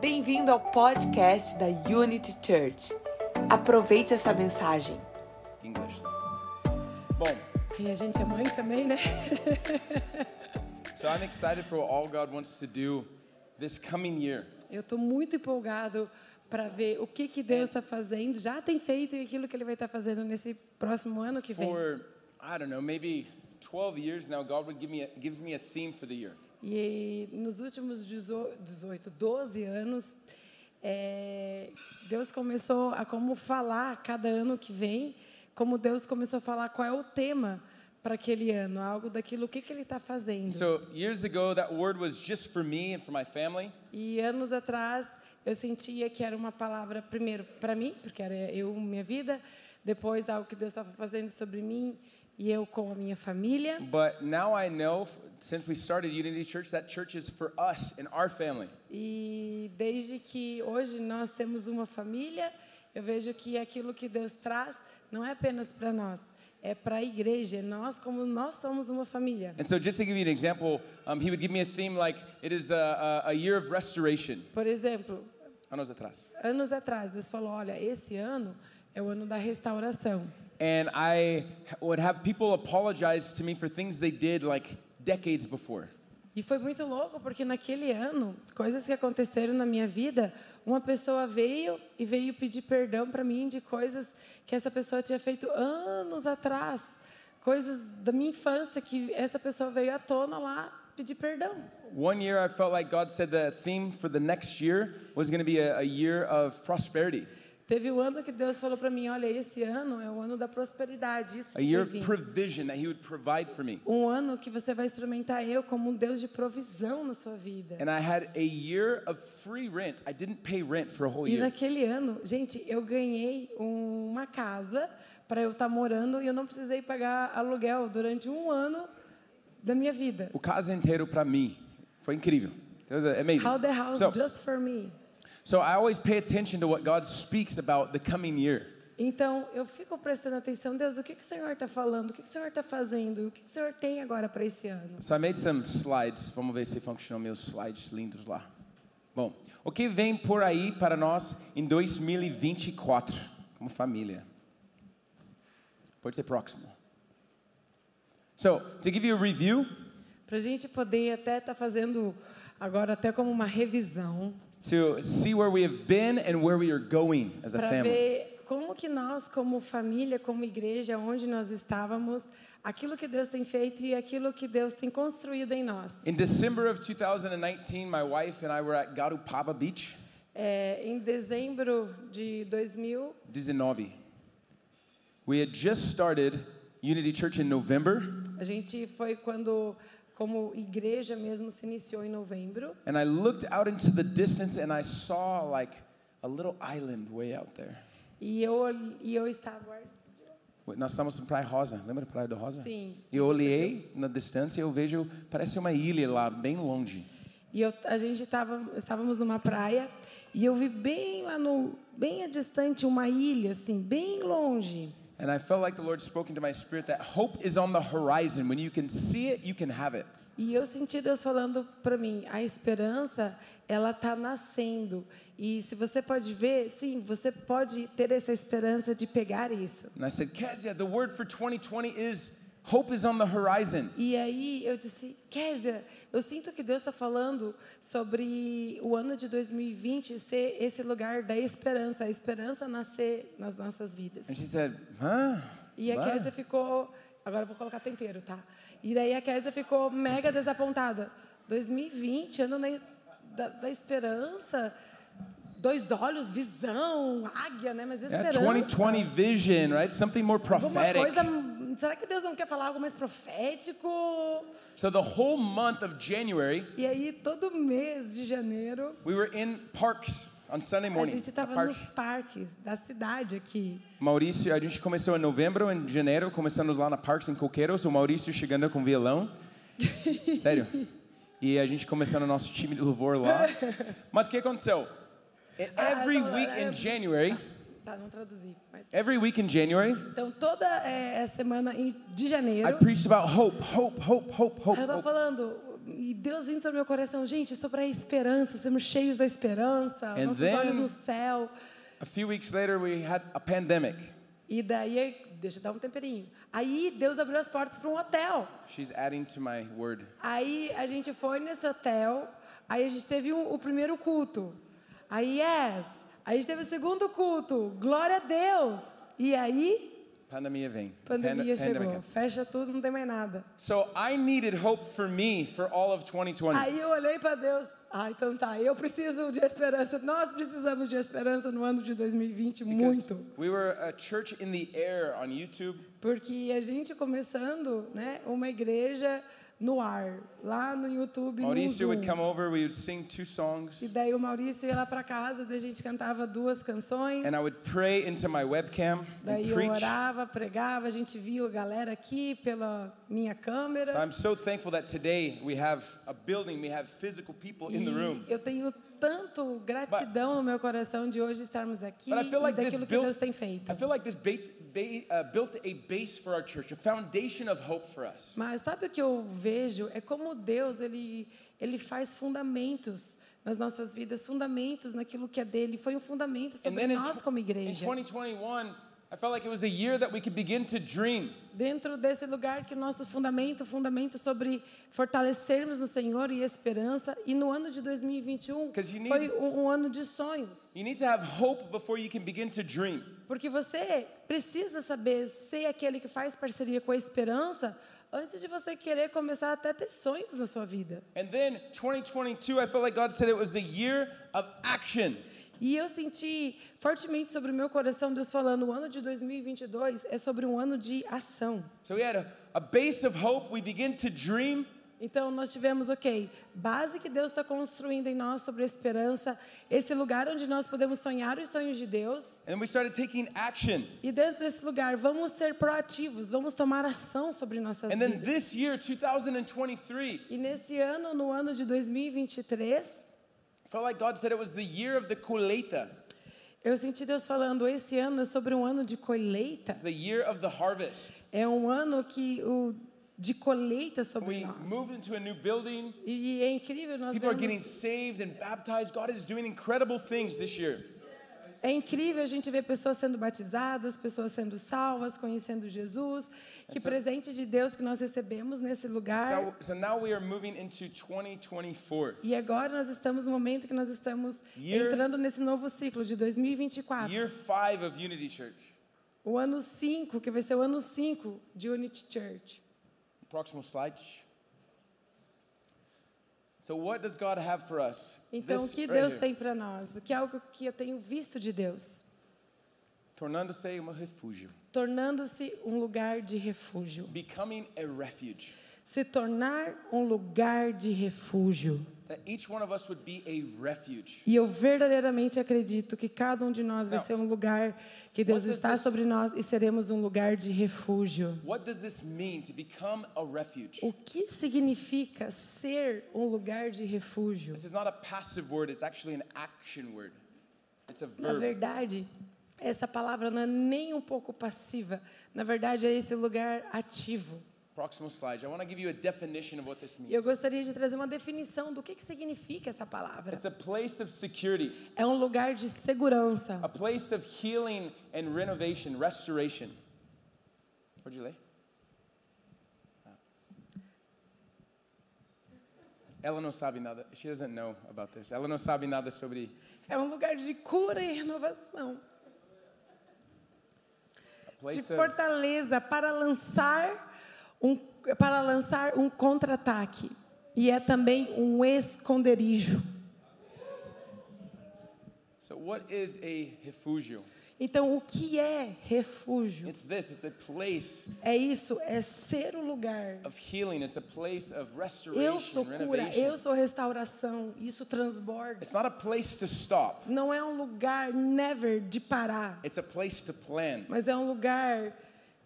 Bem-vindo ao podcast da Unity Church. Aproveite essa mensagem. English. Bom, E a gente é mãe também, né? so I'm excited for what all God wants to do this coming year. Eu estou muito empolgado para ver o que, que Deus está fazendo, já tem feito e aquilo que Ele vai estar fazendo nesse próximo ano que vem. For I don't know, maybe 12 years now, God would give me a, give me a theme for the year. E nos últimos 18, 18, 12 anos, é, Deus começou a como falar cada ano que vem, como Deus começou a falar qual é o tema para aquele ano, algo daquilo, o que, que Ele está fazendo. So years ago, that word was just for me and for my family. E anos atrás eu sentia que era uma palavra primeiro para mim, porque era eu minha vida, depois algo que Deus estava fazendo sobre mim e eu com a minha família. But now I know, f- since we started Unity Church, that church is for us and our family. E desde que hoje nós temos uma família, eu vejo que aquilo que Deus traz não é apenas para nós, é para a igreja, é nós como nós somos uma família. And so, just to give you an example, um, he would give me a theme like it is the, uh, a year of restoration. Por exemplo, Anos atrás. anos atrás Deus falou, olha, esse ano é o ano da restauração. And I would have people apologize to me for things they did like decades before. E foi muito louco, porque naquele ano, coisas que aconteceram na minha vida, uma pessoa veio e veio pedir perdão para mim de coisas que essa pessoa tinha feito anos atrás, coisas da minha infância que essa pessoa veio à tona lá pedir perdão. One year, I felt like God said the theme for the next year was going to be a, a year of prosperity, Teve um ano que Deus falou para mim, olha, esse ano é o ano da prosperidade, isso a que year vai of vir. provision that He would provide for me. um ano que você vai experimentar eu como um Deus de provisão na sua vida. And I had a year of free rent. I didn't pay rent for a whole E year. naquele ano, gente, eu ganhei um- uma casa para eu estar morando e eu não precisei pagar aluguel durante um ano da minha vida. O caso inteiro para mim foi incrível. It was uh, amazing. How the house so, just for me. so I always pay attention to what God speaks about the coming year. Então, eu fico prestando atenção, Deus, o que, que o Senhor está falando? O que, que o Senhor está fazendo? O que, que o Senhor tem agora para esse ano? So I made some slides. Vamos ver se funcionam meus slides lindos lá. Bom, o que vem por aí para nós em e 2024 como família? Pode ser próximo. So, to give you a review, Para a gente poder até estar fazendo agora até como uma revisão, to see where we have been and where we are going as a para family. ver como que nós, como família, como igreja, onde nós estávamos, aquilo que Deus tem feito e aquilo que Deus tem construído em nós. In December of 2019, my wife and I were at Garupaba Beach, É, em dezembro de 2000, 19. We had just started Unity Church in November. a gente foi quando, como igreja mesmo, se iniciou em novembro. And I looked out into the distance and I saw like a little island way out there. E eu, ol- e eu estava... Ué, Nós estamos em Praia Rosa, lembra da Praia do Rosa? Sim. E eu olhei na distância e eu vejo, parece uma ilha lá, bem longe. E eu, a gente estava, estávamos numa praia e eu vi bem lá no... Bem a distante, uma ilha, assim, bem longe. And I felt like the Lord spoke into my spirit that hope is on the horizon. When you can see it, you can have it. E eu senti Deus falando para mim, a esperança, ela tá nascendo. E se você pode ver, sim, você pode ter essa esperança de pegar isso. And I said, Kezia, the word for 2020 is hope is on the horizon. E aí eu disse, Késia, eu sinto que Deus está falando sobre o ano de 2020 ser esse lugar da esperança, a esperança nascer nas nossas vidas. And she said, huh? E a What?" Késia ficou, agora eu vou colocar tempero, tá? E daí a Késia ficou mega desapontada. 2020, ano na- da, da esperança, dois olhos, visão, águia, né? Mas Yeah, esperança. 2020 vision, right? Something more Alguma prophetic. coisa, será que Deus não quer falar algo mais profético? So the whole month of January, E aí, todo mês de janeiro, We were in parks on Sunday a morning. gente the estava parks. nos parques da cidade aqui. Maurício, a gente começou em novembro, em janeiro, começamos lá na Parks em Coqueiros, o Maurício chegando com violão. Sério. E a gente começando o nosso time de louvor lá. Mas o que aconteceu? E- Ah, Every então, week é- in January, Tá, não traduzi. mas- every week in January, Então, toda é, semana em- de I janeiro, preached about hope, hope, hope, hope, hope. eu estava hope. falando E Deus vindo sobre meu coração, gente, sobre a esperança, sermos cheios da esperança, And nossos then- olhos no céu. A few weeks later, we had a pandemic. E daí, deixa eu dar um temperinho. Aí Deus abriu as portas para um hotel. She's adding to my word. Aí a gente foi nesse hotel, aí a gente teve um- o primeiro culto. Aí yes. Aí a gente teve o segundo culto. Glória a Deus. E aí, Pandemia vem. pandemia Pand- chegou. pandemic. Fecha tudo, não tem mais nada. So I needed hope for me for all of 2020. Aí eu olhei para Deus. Ah, então tá. Eu preciso de esperança. Nós precisamos de esperança no ano de 2020 Because muito. We were a church in the air on YouTube. Porque a gente começando, né, uma igreja no ar, lá no YouTube, Mauricio no would Zoom. come over, we would sing two songs, E daí o Maurício ia lá para casa, daí a gente cantava duas canções. and I would pray into my webcam and Daí eu preach. orava, pregava, a gente viu a galera aqui pela minha câmera. So I'm so thankful that today we have a building, we have physical people in the room. E eu tenho tanto gratidão no meu coração de hoje estarmos aqui But I feel e like this daquilo que built, Deus tem feito. I feel like this bait, ba- uh, built a base for our church, a foundation of hope for us. Mas sabe o que eu vejo? É como Deus, ele, ele faz fundamentos nas nossas vidas, fundamentos naquilo que é dele. Foi um fundamento And sobre then in, nós tw- como in igreja. 2021, I felt like it was a year that we could begin to dream. Dentro desse lugar que o nosso fundamento, fundamento sobre fortalecermos no Senhor e esperança. E no ano de 2021 'Cause you need- foi um, um ano de sonhos. You need to have hope before you can begin to dream. Porque você precisa saber ser aquele que faz parceria com a esperança antes de você querer começar até a ter sonhos na sua vida. And then 2022, I felt like God said it was a year of action. E eu senti fortemente sobre o meu coração Deus falando: o ano de 2022 é sobre um ano de ação. So we had a, a base of hope. We begin to dream. Então nós tivemos, ok, base que Deus está construindo em nós sobre a esperança, esse lugar onde nós podemos sonhar os sonhos de Deus. And we started taking action. E dentro desse lugar, vamos ser proativos, vamos tomar ação sobre nossas And then vidas. this year, 2023, E nesse ano, no ano de 2023, felt like God said it was the year of the coleta, eu senti Deus falando: esse ano é sobre um ano de colheita, it's the year of the harvest. é um ano que o de colheita And we sobre nós. moved into a new building. E é incrível nós People are vermos, getting saved and baptized. God is doing incredible things this year. é incrível a gente ver pessoas sendo batizadas, pessoas sendo salvas, conhecendo Jesus. Essa- Que é presente de Deus que nós recebemos nesse lugar. So, so now we are moving into 2024, E agora nós estamos no momento que nós estamos Year- entrando nesse novo ciclo de 2024. year five of Unity Church. O ano 5, que vai ser o ano 5 de Unity Church. Proximal slide. So, what does God have for us? Então, o This que right Deus here. tem para nós? O que é algo que eu tenho visto de Deus? Tornando-se um refúgio. Tornando-se um lugar de refúgio. Becoming a refuge. Se tornar um lugar de refúgio. That each one of us would be a refuge. E eu verdadeiramente acredito que cada um de nós vai Não. ser um lugar que Deus does está this- sobre nós e seremos um lugar de refúgio. What does this mean to become a refuge? O que significa ser um lugar de refúgio? This is not a passive word, it's actually an action word. It's a Na verb. verdade, essa palavra não é nem um pouco passiva. Na verdade, é esse lugar ativo. Proximal slide. I want to give you a definition of what this E eu means. gostaria de trazer uma definição do que, que significa essa palavra. It's a place of security, É um lugar de segurança, a place of healing and renovation, restoration. Where'd you lay? Ah. Ela não sabe nada. She doesn't know about this. Ela não sabe nada sobre é um lugar de cura e renovação, a de place of fortaleza para lançar um, para lançar um contra-ataque. E é também um esconderijo. So what is a refugio? Então, o que é refúgio? It's this, it's a place É isso, é ser o lugar of healing, it's a place of Eu restoration, sou cura, renovation. eu sou restauração, isso transborda. It's not a place to stop. Não é um lugar never de parar, It's a place to plan. mas é um lugar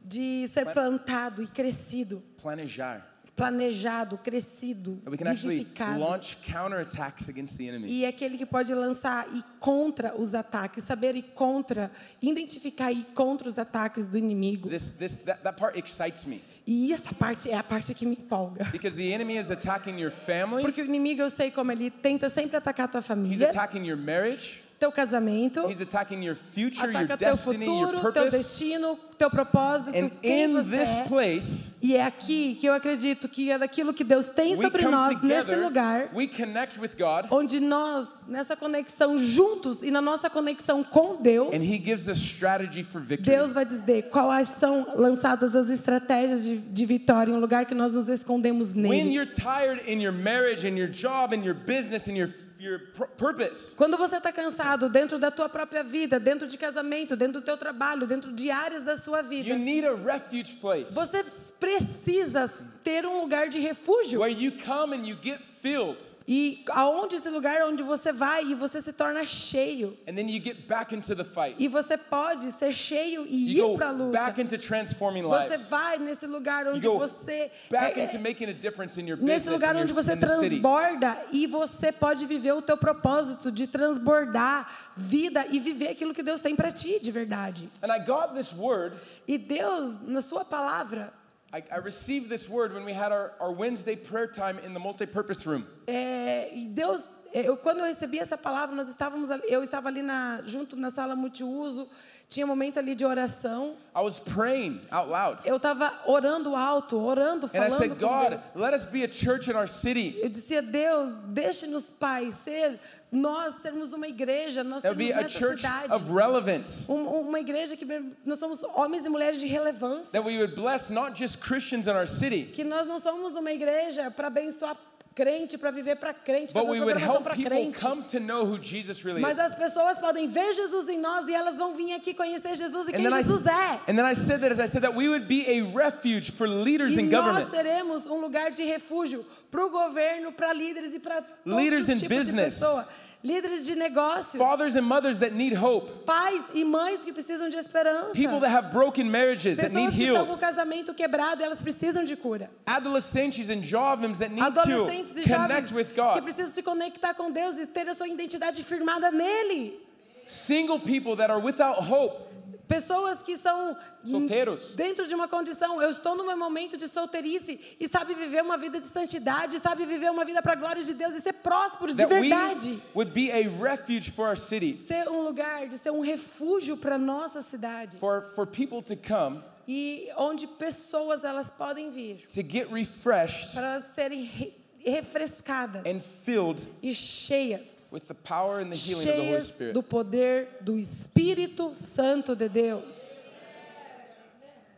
de ser plantado e crescido, Planejar. planejado, crescido, And we can actually vivificado. launch counterattacks against the enemy. E é aquele que pode lançar e contra os ataques, saber e contra, identificar e contra os ataques do inimigo. This, this, that, that part excites me. E essa parte é a parte que me empolga. Because the enemy is attacking your family, Porque o inimigo, eu sei como ele tenta sempre atacar a tua he's família, attacking your marriage, teu casamento, he's attacking your future, your ataca teu destiny, your futuro, teu purpose. destino, teu propósito, And quem in você this é. place, E é aqui que eu acredito que é daquilo que Deus tem we sobre come nós, nesse together, lugar, we connect with God, onde nós, nessa conexão juntos e na nossa conexão com Deus, and He gives us strategy for victory. Deus vai dizer quais são lançadas as estratégias de, de vitória em um lugar que nós nos escondemos When nele. you're tired in your marriage, and your job, and your business, and your your pr- purpose, Quando você está cansado dentro da tua própria vida, dentro de casamento, dentro do teu trabalho, dentro de áreas da sua you vida, need a refuge place você precisa ter um lugar de refúgio. where you come and you get filled, E aonde esse lugar é onde você vai e você se torna cheio. and then you get back into the fight. E você pode ser cheio e You ir para a go back luta. into transforming Você lives. vai nesse lugar You onde go você back é- into making a difference in your business, nesse lugar in onde your, você in the city. transborda e você pode viver o teu propósito de transbordar vida e viver aquilo que Deus tem para ti de verdade. And I got this word. E Deus, na sua palavra, I, I received this word when we had our, our Wednesday prayer time in the multipurpose room. é, e Deus, é, eu, quando eu recebi essa palavra, nós estávamos, ali- eu estava ali na, junto na sala multiuso, tinha um momento ali de oração. I was praying out loud, Eu estava orando alto, orando, and I falando said, com "God, Deus. let us be a church in our city Eu dizia, Deus, deixe-nos, Pai, ser nós sermos uma igreja, nós that would sermos be a nessa church cidade. of relevance, Um- uma igreja que nós somos homens e mulheres de relevância. that we would bless not just Christians in our city, Que nós não somos uma igreja para abençoar crente, para viver para crente, but fazer we uma would programação help para people crente. come to know who Jesus really Mas is." as pessoas podem ver Jesus em nós e elas vão vir aqui conhecer Jesus e And quem then, I, Jesus é. and then I said that as I said that we would be a refuge for leaders E in nós government. seremos um lugar de refúgio para o governo, para líderes e para Leaders todos in os tipos de business. pessoa. Líderes de negócios, Fathers and mothers that need hope. pais e mães que precisam de esperança. People that have broken marriages that need Pessoas que estão com o healed. casamento quebrado, elas precisam de cura. Adolescentes and jovens that need Adolescentes to e connect jovens with que God. precisam se conectar com Deus e ter a sua identidade firmada nele. Single people that are without hope. Pessoas que são Solteiros. hum, dentro de uma condição, eu estou no meu momento de solteirice e sabe viver uma vida de santidade, sabe viver uma vida para a glória de Deus e ser próspero de That we verdade. would be a refuge for our city. Ser um lugar de ser um refúgio para nossa cidade For, for people to come e onde pessoas elas podem vir to get refreshed para elas serem re- refrescadas and filled e cheias. with the power and the healing of the Holy cheias Spirit. do poder do Espírito Santo de Deus.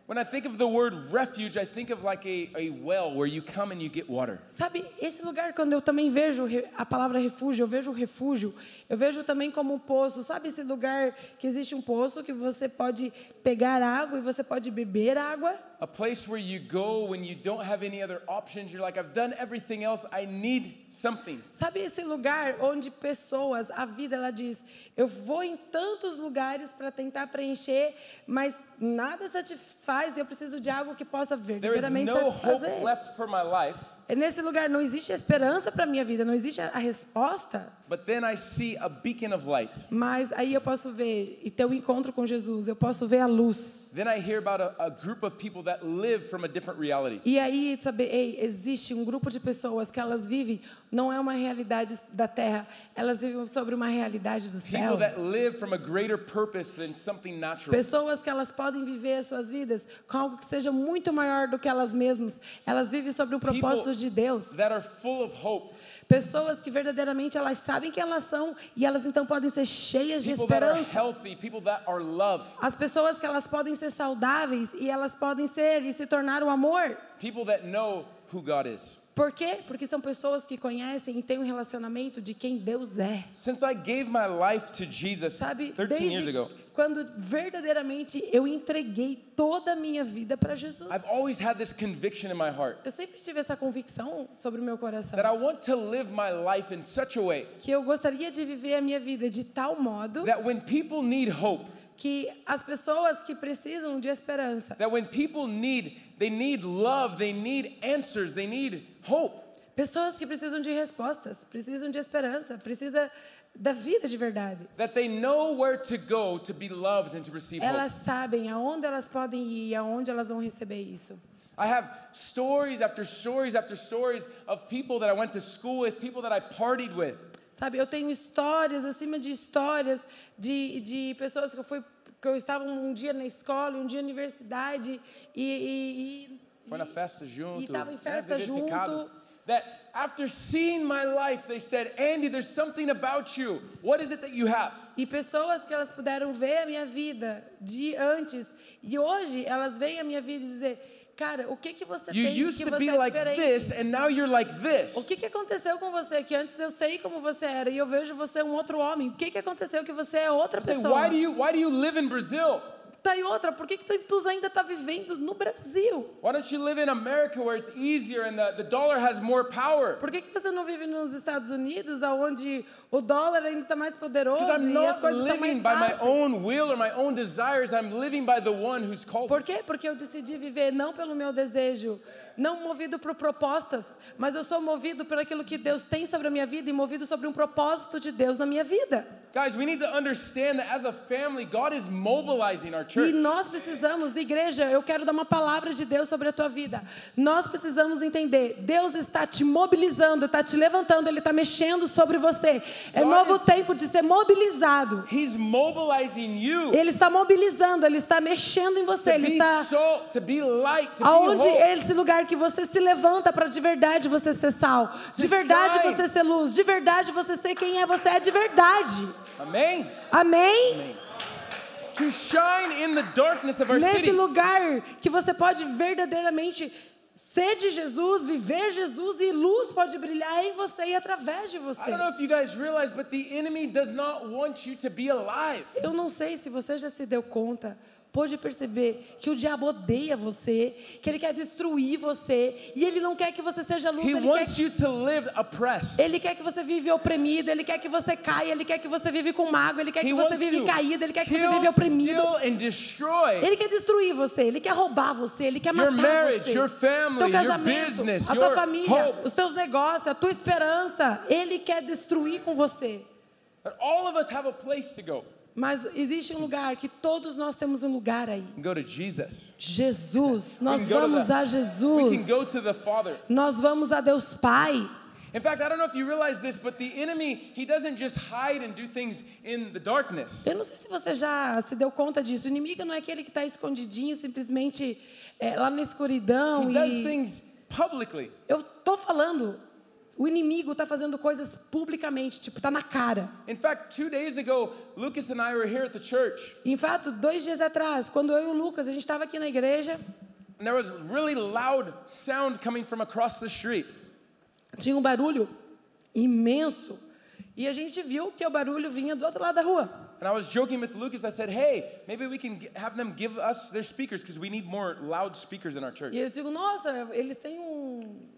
When I think of the word refuge, I think of like a, a well where you come and you get water. Sabe, esse lugar, quando eu também vejo re- a palavra refúgio, eu vejo o refúgio, eu vejo também como um poço. Sabe esse lugar que existe um poço que você pode pegar água e você pode beber água? A place where you go when you don't have any other options. You're like, I've done everything else. I need something. Sabe esse lugar onde pessoas, a vida ela diz, eu vou em tantos lugares para tentar preencher, mas nada satisfaz e eu preciso de algo que possa There is verdadeiramente no hope satisfazer. left for my life. É Nesse lugar não existe esperança para minha vida, não existe a a resposta. But then I see a beacon of light. Mas aí eu posso ver e ter o encontro com Jesus, eu posso ver a luz. Then I hear about a, a group of people that live from a different reality. E aí saber, ei, existe um grupo de pessoas que elas vivem não é uma realidade da terra, elas vivem sobre uma realidade do People céu. that live from a greater purpose than something natural. Pessoas que elas podem viver as suas vidas com algo que seja muito maior do que elas mesmas. Elas vivem sobre o propósito de Deus. That are full of hope. Pessoas que verdadeiramente elas sabem quem elas são e elas então podem ser cheias de People that are esperança. healthy. People that are loved. As pessoas que elas podem ser saudáveis e elas podem ser e se tornar o amor. People that know who God is. Por quê? Porque são pessoas que conhecem e têm um relacionamento de quem Deus é. Since I gave my life to Jesus Sabe, 13 years desde ago, quando verdadeiramente eu entreguei toda a minha vida para Jesus. I've always had this conviction in my heart. Eu sempre tive essa convicção sobre o meu coração. that I want to live my life in such a way Que eu gostaria de viver a minha vida de tal modo that when people need hope, que as pessoas que precisam de esperança, that when people need, they need love, they need answers, they need hope, pessoas que precisam de respostas, precisam de esperança, precisa da vida de verdade. that they know where to go to be loved and to receive Elas hope. sabem aonde elas podem ir e aonde elas vão receber isso. I have stories after stories after stories of people that I went to school with, people that I partied with. Sabe, eu tenho histórias acima de histórias de, de pessoas que eu fui que eu estava um dia na escola, um dia na universidade e e, e- Foi na festa junto. e tava em né, festa viver pecado. junto. That after seeing my life, they said, Andy, there's something about you. What is it that you have? e pessoas que elas puderam ver a minha vida de antes e hoje elas veem a minha vida e dizer, cara, o que que você You tem used to que você be é like diferente? this, and now you're like this. O que, que aconteceu com você? Que antes eu sei como você era e eu vejo você um outro homem. O que, que aconteceu que você é outra Say, pessoa? why do you why do you live in Brazil? Tá e outra, por que, que tu ainda tá vivendo no Brasil? Why don't you live in America where it's easier and the, the dollar has more power? Por que, que você não vive nos Estados Unidos, onde o dólar ainda está mais poderoso Because I'm e as not coisas são living mais by my fáceis? own will or my own desires. I'm living by the one who's called. me. Por quê? Porque eu decidi viver não pelo meu desejo, não movido por propostas, mas eu sou movido por aquilo que Deus tem sobre a minha vida e movido sobre um propósito de Deus na minha vida. Guys, we need to understand that as a family, God is mobilizing our E church. nós precisamos, igreja, eu quero dar uma palavra de Deus sobre a tua vida. Nós precisamos entender, Deus está te mobilizando, está te levantando, Ele está mexendo sobre você. É Nós- novo tempo de ser mobilizado. He's mobilizing you Ele está mobilizando, Ele está mexendo em to você, Ele be está salt, to be light, to aonde be hope. é esse lugar que você se levanta para de verdade você ser sal, de To verdade shine. você ser luz, de verdade você ser quem é, você é de verdade. Amém? Amém? To shine in the darkness of our Nesse city. lugar que você pode verdadeiramente ser de Jesus, viver Jesus e luz pode brilhar em você e através de você. I don't know if you guys realize, but the enemy does not want you to be alive. Eu não sei se você já se deu conta, pôde perceber que o diabo odeia você, que ele quer destruir você e ele não quer que você seja luz, He ele quer wants you to live oppressed. ele quer que você vive oprimido, ele quer que você caia, ele quer que você vive com mágoa, ele quer que He você wants vive to caído, ele quer que você kill, vive oprimido. steal, and destroy. Ele quer destruir você, ele quer roubar você, ele quer Your matar marriage, você. your family, teu your casamento, business, a tua your família, hope. os teus negócios, a tua esperança, ele quer destruir com você. But all of us have a place to go. Mas existe um lugar que todos nós temos um lugar aí. We can go to Jesus. Jesus, nós We can go to vamos the- a We can go Jesus. to the Father. Nós vamos a Deus Pai. In fact, I don't know if you realize this, but the enemy, he doesn't just hide and do things in the darkness. Eu não sei se você já se deu conta disso. O inimigo não é aquele que está escondidinho, simplesmente é, lá na escuridão He e does things publicly. Eu tô falando, o inimigo tá fazendo coisas publicamente, tipo, tá na cara. In fact, two days ago, Lucas and I were here at the church, Em fato, dois dias atrás, quando eu e o Lucas, a gente estava aqui na igreja, and there was really loud sound coming from across the street. tinha um barulho imenso. E a gente viu que o barulho vinha do outro lado da rua. And I was joking with Lucas. I said, "Hey, maybe we can g- have them give us their speakers because we need more loud speakers in our church." E eu digo, nossa, eles têm um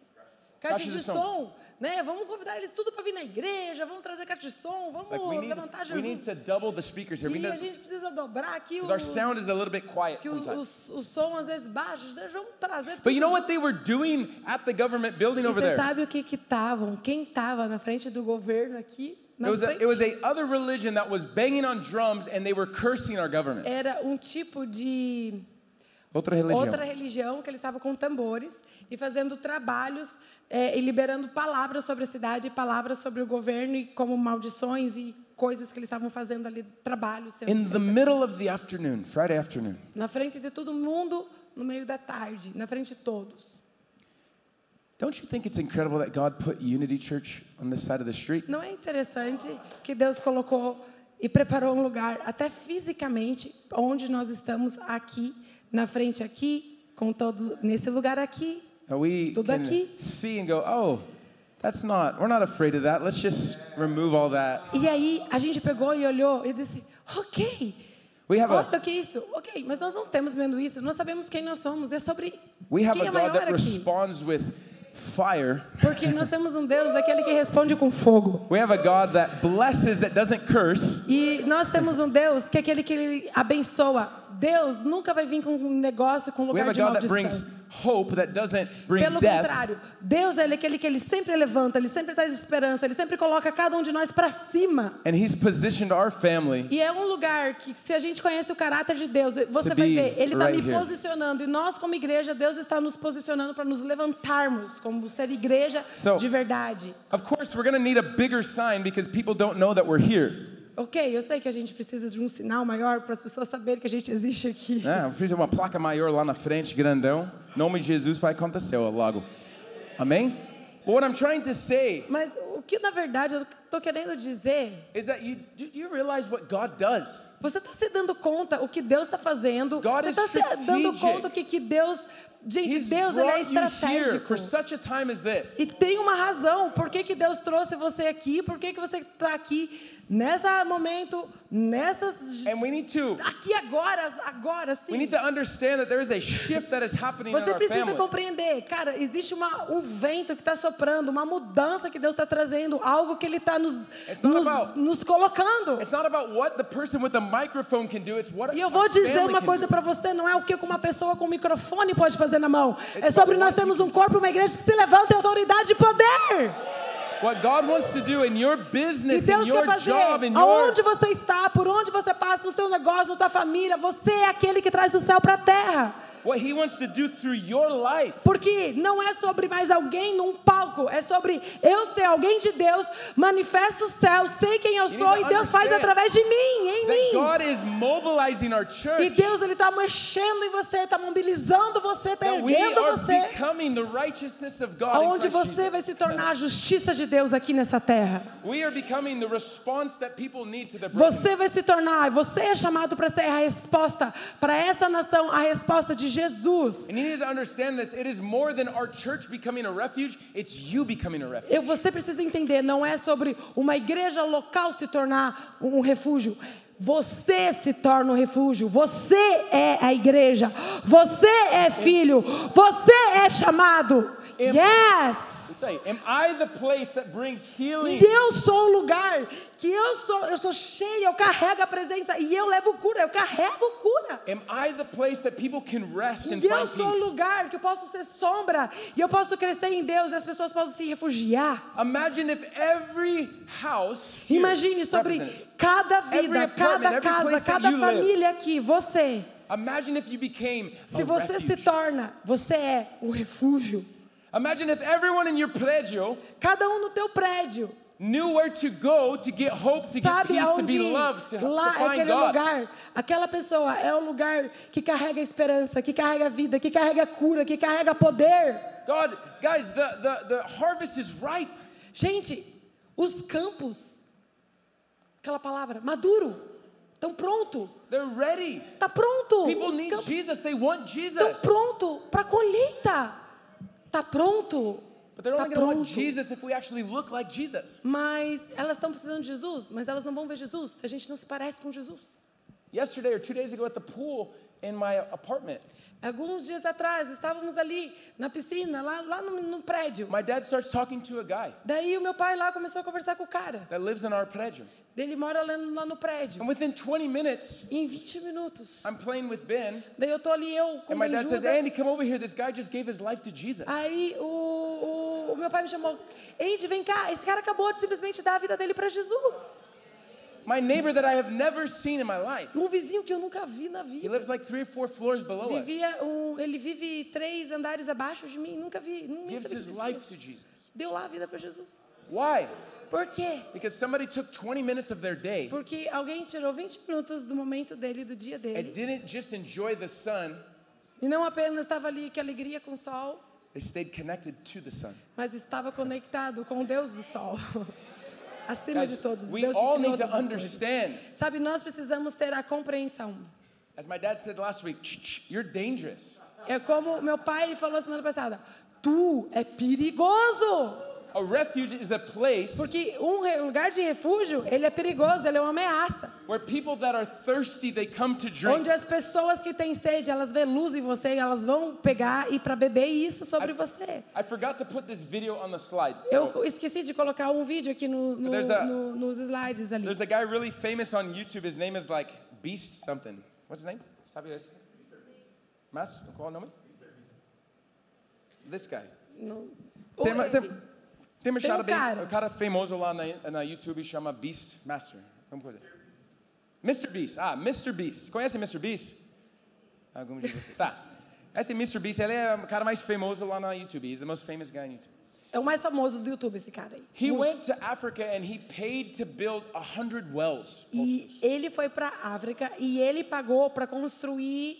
caixa, de, som. né? Vamos convidar eles tudo para vir na igreja, vamos trazer caixa de som, vamos Like we need, levantar we Jesus. need to double the speakers here. We E a need gente precisa dobrar aqui because our os- sound is a little bit quiet que o, sometimes. o, o som às vezes baixo, né? vamos trazer tudo But you know what they were doing at the government building E over você there? sabe o que que estavam? Quem estava na frente do governo aqui? It Na was, a, frente? it was a other religion that was banging on drums and they were cursing our government. Era um tipo de Outra outra religião que eles estavam com tambores e fazendo trabalhos eh, e liberando palavras sobre a cidade, palavras sobre o governo e como maldições e coisas que eles estavam fazendo ali, trabalhos. sendo In the feito. middle of the afternoon, Friday afternoon, Na frente de todo mundo, no meio da tarde, na frente de todos. don't you think it's incredible that God put Unity Church on this side of the street? Não é interessante que Deus colocou e preparou um lugar, até fisicamente, onde nós estamos aqui, na frente aqui, com todo nesse lugar aqui. And we Tudo can aqui. see and go, oh, that's not, we're not afraid of that. Let's just remove all that. E aí a gente pegou e olhou e disse: "OK. We have a, Olha o que é isso. OK, mas nós não estamos vendo isso. Nós sabemos quem nós somos. É sobre we have quem a é God maior that aqui. responds with fire. Porque nós temos um Deus daquele que responde com fogo. We have a God that blesses, that doesn't curse. E nós temos um Deus que é aquele que ele abençoa, Deus nunca vai vir com um negócio, com um We have lugar a de God that maldição. brings hope that doesn't bring Pelo death. contrário, Deus é aquele que ele sempre levanta, ele sempre traz esperança, ele sempre coloca cada um de nós para cima. And He's positioned our family E é um lugar que, se a gente conhece o caráter de Deus, você To vai be ver, Ele está right me here. posicionando. E nós, como igreja, Deus está nos posicionando para nos levantarmos, como ser igreja So- de verdade. Of course, we're going to need a bigger sign because people don't know that we're here. Ok, eu sei que a gente precisa de um sinal maior para as pessoas saberem que a gente existe aqui. Né? Precisa Ah, uma placa maior lá na frente, grandão. Em Nome de Jesus vai acontecer ó, logo. Amém? But what I'm trying to say Mas o que, na verdade, eu estou querendo dizer, is that you do you realize what God does. você está se dando conta o que Deus está fazendo, God você is está se dando strategic. conta o que, que Deus... Gente, He's Deus ele é brought you here estratégico. for such a time as this. E tem uma razão por que, que Deus trouxe você aqui, por que, que você está aqui nesse momento, nessas. And we need to Aqui agora, agora we sim. need to understand that there is a shift that is happening in Você our precisa family. compreender, cara, existe uma, um vento que está soprando, uma mudança que Deus está trazendo, algo que Ele está nos, It's not nos, about- nos colocando. It's not about what the person with the microphone can do, it's what E eu a vou dizer family uma can coisa do. para você, não é o que uma pessoa com um microfone pode fazer na mão. É It's sobre about nós what you temos um corpo, uma igreja que se levanta em autoridade e poder. What God wants to do in your E business, in Deus quer your fazer job, in your aonde você está, por onde você passa, no seu negócio, na tua família, você é aquele que traz o céu para a terra. what He wants to do through your life. Porque não é sobre mais alguém num palco, é sobre eu ser alguém de Deus, manifesto o céu, sei quem eu You sou need e to Deus faz understand através de mim, em That mim. God is mobilizing our E church. Deus ele está mexendo em você, está mobilizando você, está That É we erguendo are você, becoming the righteousness of God. in aonde Christ você Jesus. vai se tornar a justiça de Deus aqui nessa terra. We are becoming the response that people need to the Você vai se tornar, você é chamado para ser a resposta para essa nação, a resposta de Jesus. And you need to understand this. It is more than our church becoming a refuge, it's you becoming a refuge. Eu, você precisa entender, não é sobre uma igreja local se tornar um refúgio. Você se torna um refúgio, você é a igreja, você é filho, você é chamado. Yes! Say, am I the place that brings healing? E eu sou o lugar que eu sou, eu sou cheia, eu carrego a presença e eu levo cura, eu carrego cura. Am I the place that people can rest and E eu find sou um peace? lugar que eu posso ser sombra e eu posso crescer em Deus e as pessoas possam se refugiar. Imagine if every house here Imagine sobre represented. cada Every vida, apartment, cada every casa, place that cada you família aqui, você. Imagine if you became Se a você é se um refuge. torna, você é o refúgio. Imagine if everyone in your pledgio Cada um no teu prédio, knew where to go to get hope, to get sabe peace, to aonde be ir? loved, to, to lá é find aquele God. lugar. Aquela pessoa é o lugar que carrega esperança, que carrega vida, que carrega cura, que carrega poder. God, guys, the, the, the harvest is ripe. Gente, os campos, aquela palavra, maduro, estão pronto, They're ready. tá pronto. People os need campos Jesus. They want Estão Jesus. pronto para a colheita. Tá pronto. But they're Tá only going to want pronto. Jesus if we actually look like Jesus. Mas elas estão precisando de Jesus, mas elas não vão ver Jesus se a gente não se parece com Jesus. Yesterday or two days ago at the pool in my apartment, Alguns dias atrás, estávamos ali na piscina, lá, lá no, no prédio. my dad starts talking to a guy Daí o meu pai lá começou a conversar com o cara. that lives in our pledgio. Daí Ele mora lá, no- lá no prédio. And within 20 minutes, E em 20 minutos. I'm playing with Ben, Daí eu tô ali, eu com and my o dad says, Judas. Andy, come over here. This guy just gave his life to Jesus. Aí o, o, o meu pai me chamou. Andy, vem cá. Esse cara acabou de simplesmente dar a vida dele para Jesus. My neighbor that I have never seen in my life. Um vizinho que eu nunca vi na He vida. lives like three or four floors below us. Vivia um, ele vive três andares abaixo de mim, nunca vi, nem Gives sabia que his existia. life to Jesus. Deu lá a vida para Jesus. Why? Por quê? Because somebody took 20 minutes of their day Porque alguém tirou 20 minutos do momento dele, do dia and dele, didn't just enjoy the sun, e não apenas estava ali que alegria com o sol, they stayed connected to the sun. mas estava conectado com o Deus do sol. Acima Guys, de todos, we Deus que all criou need to todas as coisas. understand. Sabe, nós precisamos ter a compreensão. As my dad said last week, "Shh, shh, you're dangerous. É como meu pai ele falou semana passada, tu é perigoso. A refuge is a place Porque um re- lugar de refúgio, ele é perigoso, ele é uma ameaça. where people that are thirsty, they come to drink. Onde as pessoas que têm sede, elas vê luz em você e elas vão pegar e para beber isso sobre você. I forgot to put this video on the slides. so- Eu esqueci de colocar um vídeo aqui no, no- There's a- no- nos slides ali. There's a guy really famous on YouTube. His name is like Beast something. What's his name? Sabe esse? Mas, qual é o nome? This guy. Não, ou Tem, uma- tem, ele. tem uma Tem história um bem- cara. um cara famoso lá na, na YouTube chama Beast Master. Alguma coisa. Mr. Beast. Ah, Mr. Beast. Conhece Mr. Beast? Algum de vocês? tá. Esse Mr. Beast, ele é o cara mais famoso lá na YouTube. He's the most famous guy on YouTube. É o mais famoso do YouTube, esse cara aí. He went to Africa and he paid to build a hundred wells. E ele foi para África e ele pagou para construir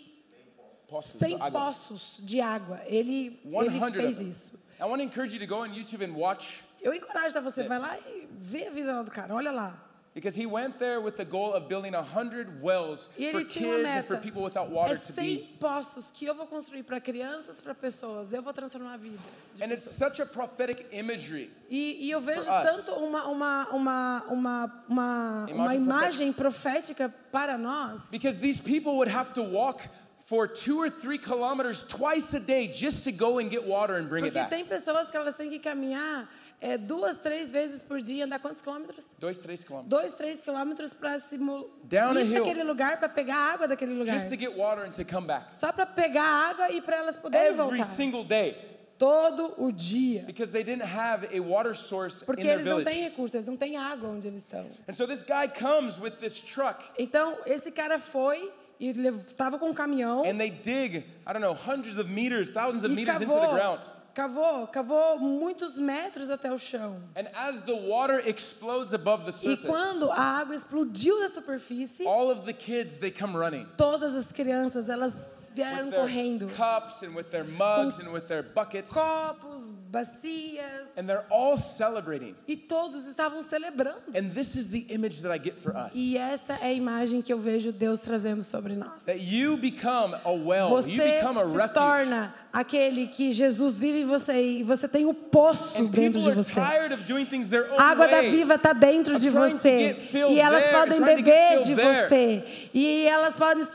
Poços, 100 água. poços de água. Ele, ele 100 fez of them. isso. I want to encourage you to go on YouTube and watch Eu encorajo a você, Yes. vai lá e vê a vida lá do cara, olha lá. because he went there with the goal of building a hundred wells E for ele tinha uma kids and for meta. people without water é to be. 100 poços que eu vou construir para crianças, para pessoas. Eu vou transformar a vida. de And it's pessoas. such a prophetic imagery. E, e eu vejo For us. tanto uma, uma, uma, uma, uma, Imagem uma imagem profética para nós, Because these people would have to walk for two or three kilometers twice a day just to go and get water and bring it porque back. tem pessoas que elas têm que caminhar é, duas, três vezes por dia, andar quantos quilômetros? Dois, três quilômetros. Dois, três quilômetros para se mo- Down a ir hill. para aquele lugar, para pegar a água daquele lugar. Just to get water and to come back. Só para pegar a água e para elas poderem Every voltar. single day. Todo o dia. Because they didn't have a water source in Porque their eles não têm village. recursos, eles não têm água onde eles estão. And so this guy comes with this truck Então, esse cara foi e estava com um caminhão and they dig, I don't know, hundreds of meters, thousands of e meters into the cavou, ground. cavou, cavou muitos metros até o chão. And as the water explodes above the E surface, quando a água explodiu da superfície, all of the kids, they come running. todas as crianças, elas vieram With their correndo. cups and with their mugs and with their buckets. Copos, bacias. And they're all celebrating. E todos estavam celebrando. And this is the image that I get for us. E essa é a imagem que eu vejo Deus trazendo sobre nós. That you become a well, you Você become a se refuge. torna aquele que Jesus vive em você e você tem o poço And people dentro de are você. tired of doing things their own A água da way. viva está dentro I'm de trying to você. get filled E elas there, podem trying to get beber filled de there. você. E elas podem.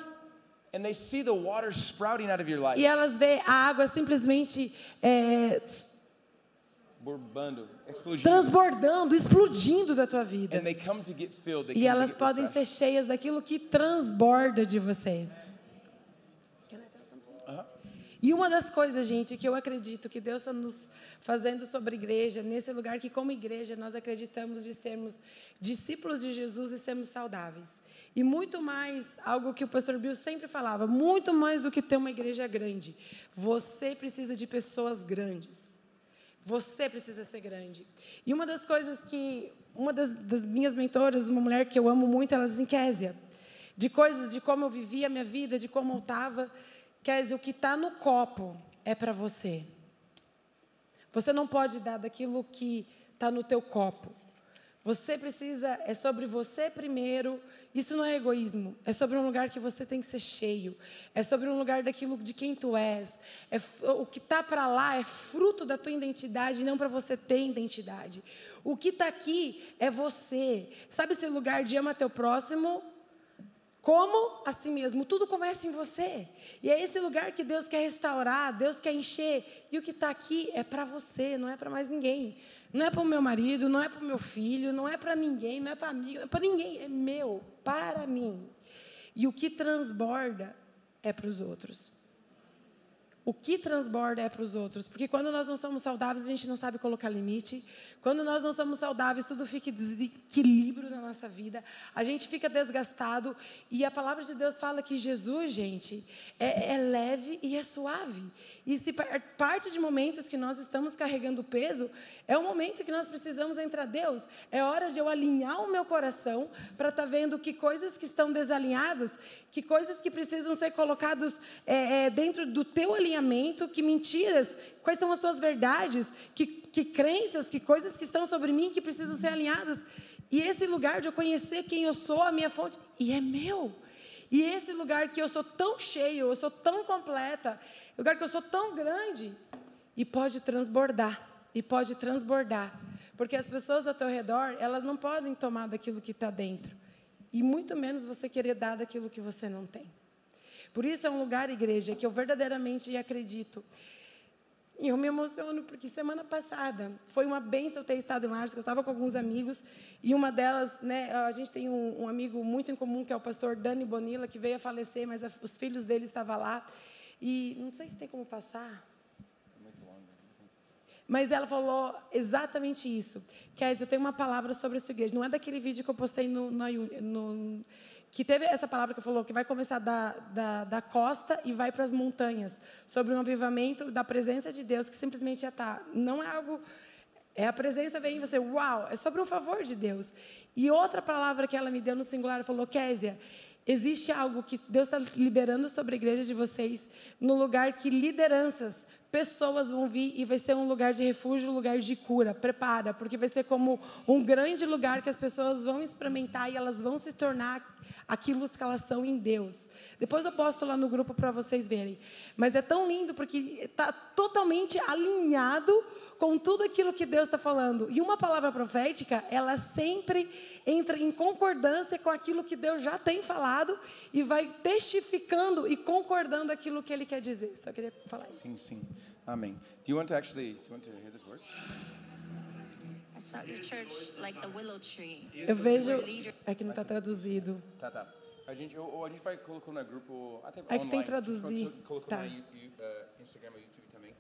And they see the water sprouting out of your life. E elas vê a água simplesmente é, Borbando, explodindo. transbordando, explodindo da tua vida. And they come to get filled. They come E elas to get podem refreshed. ser cheias daquilo que transborda de você. E uma das coisas, gente, que eu acredito que Deus está nos fazendo sobre igreja, nesse lugar que, como igreja, nós acreditamos de sermos discípulos de Jesus e sermos saudáveis. E muito mais, algo que o pastor Bill sempre falava, muito mais do que ter uma igreja grande. Você precisa de pessoas grandes. Você precisa ser grande. E uma das coisas que uma das, das minhas mentoras, uma mulher que eu amo muito, ela diz em Késia, de coisas de como eu vivia a minha vida, de como eu estava. Késia, o que está no copo é para você. Você não pode dar daquilo que está no teu copo. Você precisa, é sobre você primeiro. Isso não é egoísmo. É sobre um lugar que você tem que ser cheio. É sobre um lugar daquilo de quem tu és. É f- o que está para lá é fruto da tua identidade, não para você ter identidade. O que está aqui é você. Sabe esse lugar de ama teu próximo? Como a si mesmo. Tudo começa em você. E é esse lugar que Deus quer restaurar, Deus quer encher. E o que está aqui é para você, não é para mais ninguém. Não é para o meu marido, não é para o meu filho, não é para ninguém, não é para mim, não é para ninguém. É meu, para mim. E o que transborda é para os outros. O que transborda é para os outros, porque quando nós não somos saudáveis, a gente não sabe colocar limite. Quando nós não somos saudáveis, tudo fica em desequilíbrio na nossa vida. A gente fica desgastado e a palavra de Deus fala que Jesus, gente, é, é leve e é suave. E se par- parte de momentos que nós estamos carregando peso, é o momento que nós precisamos entrar Deus. É hora de eu alinhar o meu coração para estar vendo que coisas que estão desalinhadas, que coisas que precisam ser colocadas é, é, dentro do teu alinhamento, que mentiras, quais são as tuas verdades, que, que crenças, que coisas que estão sobre mim que precisam ser alinhadas. E esse lugar de eu conhecer quem eu sou, a minha fonte, e é meu. E esse lugar que eu sou tão cheio, eu sou tão completa, lugar que eu sou tão grande, e pode transbordar, e pode transbordar, porque as pessoas ao teu redor, elas não podem tomar daquilo que está dentro, e muito menos você querer dar daquilo que você não tem. Por isso é um lugar, igreja, que eu verdadeiramente acredito E eu me emociono porque semana passada foi uma benção eu ter estado em Lages, que eu estava com alguns amigos e uma delas, né, a gente tem um, um amigo muito em comum que é o pastor Dani Bonilla, que veio a falecer, mas a, os filhos dele estavam lá. E não sei se tem como passar. Mas ela falou exatamente isso. Kézia, eu tenho uma palavra sobre a sua igreja. Não é daquele vídeo que eu postei no, no, no- que teve essa palavra que falou que vai começar da, da, da costa e vai para as montanhas. Sobre um avivamento da presença de Deus que simplesmente já está. Não é algo. É a presença vem em você, uau, é sobre o favor de Deus. E outra palavra que ela me deu no singular, ela falou, Kézia, Existe algo que Deus está liberando sobre a igreja de vocês, no lugar que lideranças, pessoas vão vir e vai ser um lugar de refúgio, um lugar de cura. Prepara, porque vai ser como um grande lugar que as pessoas vão experimentar e elas vão se tornar aquilo que elas são em Deus. Depois eu posto lá no grupo para vocês verem. Mas é tão lindo porque está totalmente alinhado com tudo aquilo que Deus está falando. E uma palavra profética, ela sempre entra em concordância com aquilo que Deus já tem falado e vai testificando e concordando aquilo que ele quer dizer. Só queria falar isso. Sim, sim. Amém. Do you want to actually, do you want to hear this word? I saw your church like the willow tree. Eu vejo. É que não está traduzido. Tá, tá. A gente, ou, ou a gente vai colocando no grupo, até que tem online. que traduzir. A gente colocou Tá. na Yu- Yu- uh, Instagram e YouTube também.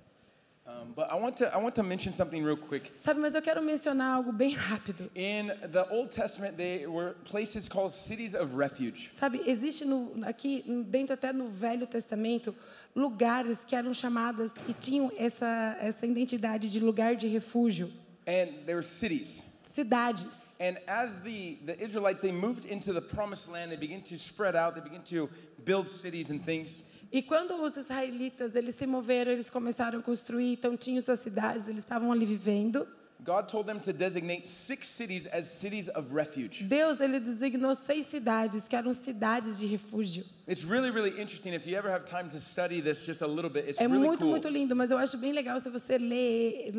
Um, but I want to, I want to mention something real quick. Sabe, mas eu quero mencionar algo bem rápido. In the Old Testament, there were places called cities of refuge. Sabe, existe no, aqui, dentro até no Velho Testamento, lugares que eram chamadas e tinham essa, essa identidade de lugar de refúgio. And there were cities. Cidades. And as the, the Israelites, they moved into the promised land, they began to spread out, they began to build cities and things. E quando os israelitas eles se moveram, eles começaram a construir, então tinham suas cidades, eles estavam ali vivendo. God told them to designate six cities as cities of refuge. Deus ele designou seis cidades que eram cidades de refúgio. It's really, really interesting. If you ever have time to study this just a little bit, it's É really muito, cool. muito lindo, mas eu acho bem legal se você ler,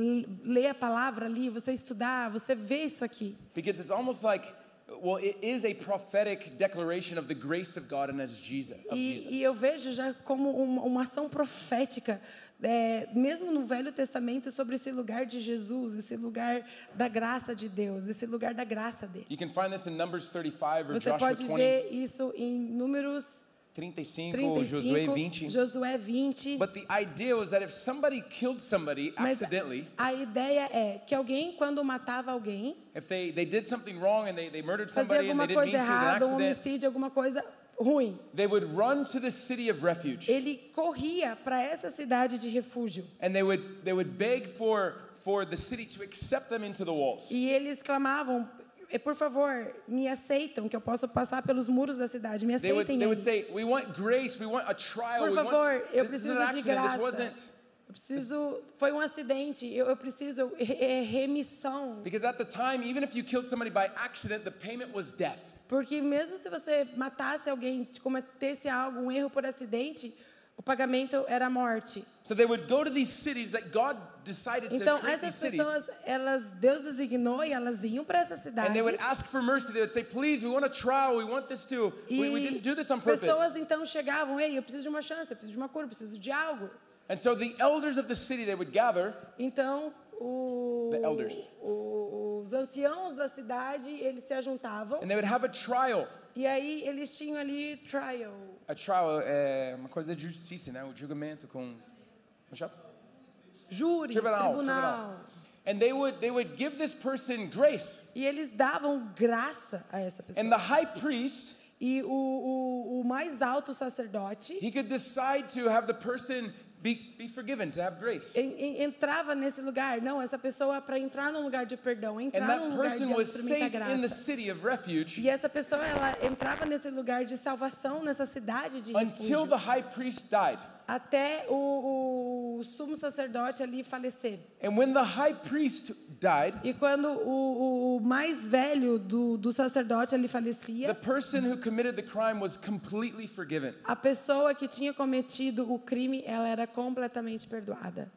ler a palavra ali, você estudar, você vê isso aqui. Because it's almost like, well, it is a prophetic declaration of the grace of God and as Jesus. Of Jesus. E, e eu vejo já como uma, uma ação profética, é, mesmo no Velho Testamento, sobre esse lugar de Jesus, esse lugar da graça de Deus, esse lugar da graça dele. You can find this in Numbers 35 or Você Joshua pode 20, ver isso em Números 35, ou Josué 35, 20. Josué 20. But the idea was that if somebody killed somebody Mas accidentally, a ideia é que alguém, quando matava alguém, if they, they did something wrong and they, they murdered fazia somebody and they alguma didn't mean to, it coisa was an errada, um accident, homicídio, alguma coisa ruim, they would run to the city of refuge. ele corria para essa cidade de refúgio. and they would, they would beg for, for the city to accept them into the walls. E eles clamavam, "Eh, por favor, me aceitam, que eu posso passar pelos muros da cidade, me They would, aceitem they would aí. say, We want grace, we want a trial. Por we want- favor, eu this is an preciso de accident, graça. This wasn't. Eu preciso, foi um acidente, eu, eu preciso eh, eh, remissão. Because at the time, even if you killed somebody by accident, the payment was death. Porque mesmo se você matasse alguém, te cometesse algo, um erro por acidente, o pagamento era a morte. So they would go to these cities that God decided Então to create these essas cities. pessoas, elas Deus designou e elas iam para essas And they cidades. would ask for mercy. They would say, please, we want a trial. We want this to, we, we E didn't do this on purpose. pessoas então chegavam, ei, eu preciso de uma chance, eu preciso de uma cura, eu preciso de algo. And so the elders of the city, they would gather Então o, The elders. o- os anciãos da cidade eles se ajuntavam and they would have a trial. e aí eles tinham ali trial, A trial é uma coisa de justiça, né? O julgamento com... Como chama? júri, Tribunal. tribunal. And they would, they would give this person grace. E eles davam graça a essa pessoa. And the high priest, E o, o, o mais alto sacerdote he could decide to have the person be, be forgiven, to have grace. en- en- entrava nesse lugar. Não, essa pessoa, para entrar num lugar de perdão, And entrar num that lugar de person was experimentar safe in the graça. city of refuge E essa pessoa, ela entrava nesse lugar de salvação, nessa cidade de until the refúgio, high priest died. até o, o sumo sacerdote ali falecer. And when the high priest died, E quando o, o- o mais velho do, do sacerdote ali the falecia, person who committed the crime was completely forgiven. a pessoa que tinha cometido o crime, ela era completamente perdoada.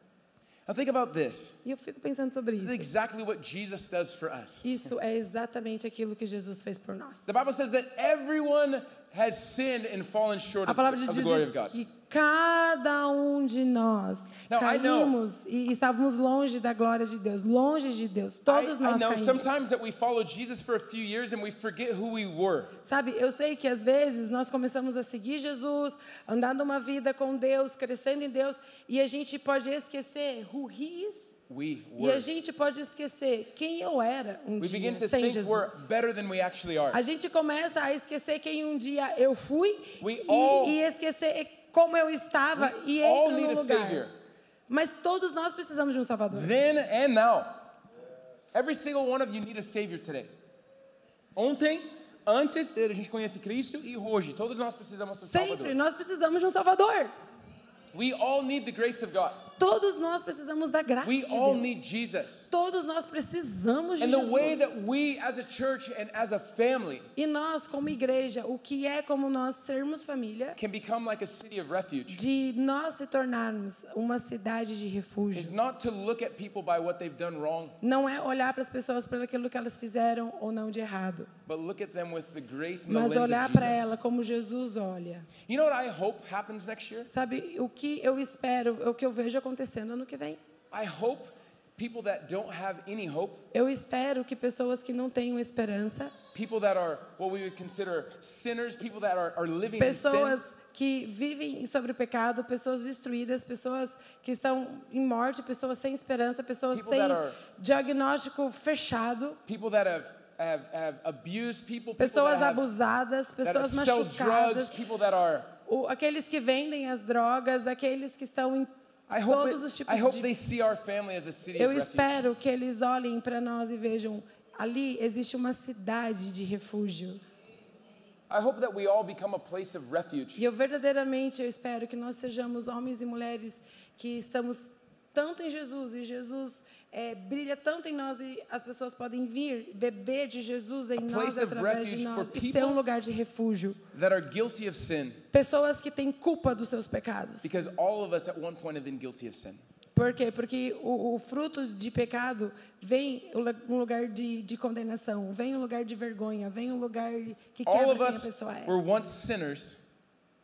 Now think about this. E eu fico pensando sobre This isso. is exactly what Jesus does for us. Isso é exatamente aquilo que Jesus fez por nós. The Bible says that everyone has sinned and fallen short A of, palavra de of the glory Deus of God. diz que cada um de nós Now, I know- caímos e estávamos longe da glória de Deus, longe de Deus. Todos I, I nós know caímos. sometimes that we follow Jesus for a few years and we forget who we were. Sabe, eu sei que às vezes nós começamos a seguir Jesus, andando uma vida com Deus, crescendo em Deus, e a gente pode esquecer who He is, We e a were. gente pode esquecer quem eu era um We begin dia to sem think we're Jesus. better than we actually A are. gente começa a esquecer quem um dia eu fui We e, all- e esquecer como eu estava We e all entra need no a lugar. savior. Mas todos nós precisamos de um Salvador. Then and now. Every single one of you need a savior today. Ontem, antes, a gente conhece Cristo e hoje todos nós precisamos do Sempre Salvador. nós precisamos de um Salvador. We all need the grace of God. Todos nós precisamos da graça We de all Deus. need Jesus. Todos nós precisamos de And the way that Jesus. we as a church and as a family E nós, como igreja, o que é como nós sermos família, can become like a city of refuge de nós se tornarmos uma cidade de is refúgio. not to look at people by what they've done wrong, Não é olhar para as pessoas pelo aquilo que elas fizeram ou não de errado. but look at them with the grace and the Mas lens olhar of para Jesus. ela como Jesus olha. You know what I hope happens next year? Sabe o que eu espero, é o que eu vejo acontecendo ano que vem? I hope people that don't have any hope, Eu espero que pessoas que não tenham esperança, people that are what we would consider sinners, people that are, are living in sin, pessoas que vivem sobre o pecado, pessoas destruídas, pessoas que estão em morte, pessoas sem esperança, pessoas People sem that are- diagnóstico fechado, people that have, have, have abused people, people pessoas that, have, abusadas, that have pessoas sell drugs, machucadas, people that are. o- aqueles que vendem as drogas, aqueles que estão em I hope, todos it- os tipos I hope de they see our family as a city Eu of refuge. espero que eles olhem para nós e vejam ali existe uma cidade de refúgio. I hope that we all become a place of refuge. E eu verdadeiramente eu espero que nós sejamos homens e mulheres que estamos tanto em Jesus e Jesus eh, brilha tanto em nós e as pessoas podem vir beber de Jesus em A nós place of através de refuge nós for e ser um people- lugar de refúgio. that are guilty of sin Pessoas que têm culpa dos seus pecados. because all of us at one point have been guilty of sin. Por quê? Porque o, o fruto de pecado vem o lu- um lugar de, de condenação, vem um lugar de vergonha, vem um lugar que All quebra of quem a us pessoa é. were once sinners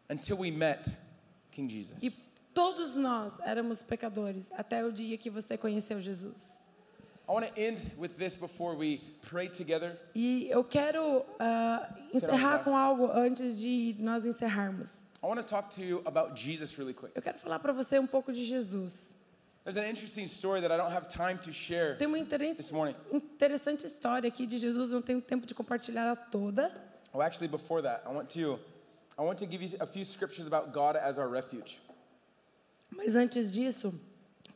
until we met King Jesus. E todos nós éramos pecadores até o dia que você conheceu Jesus. I want to end with this before we pray together. E eu quero ah, Finalizar. encerrar com algo antes de nós encerrarmos. I want to talk to you about Jesus really quick. Eu quero falar para você um pouco de Jesus. There's an interesting story that I don't have time to share Tem uma intere- this morning. interessante história aqui de Jesus, não tenho tempo de compartilhar ela toda. Oh, actually, before that, I want to, I want to give you a few scriptures about God as our refuge. Mas antes disso,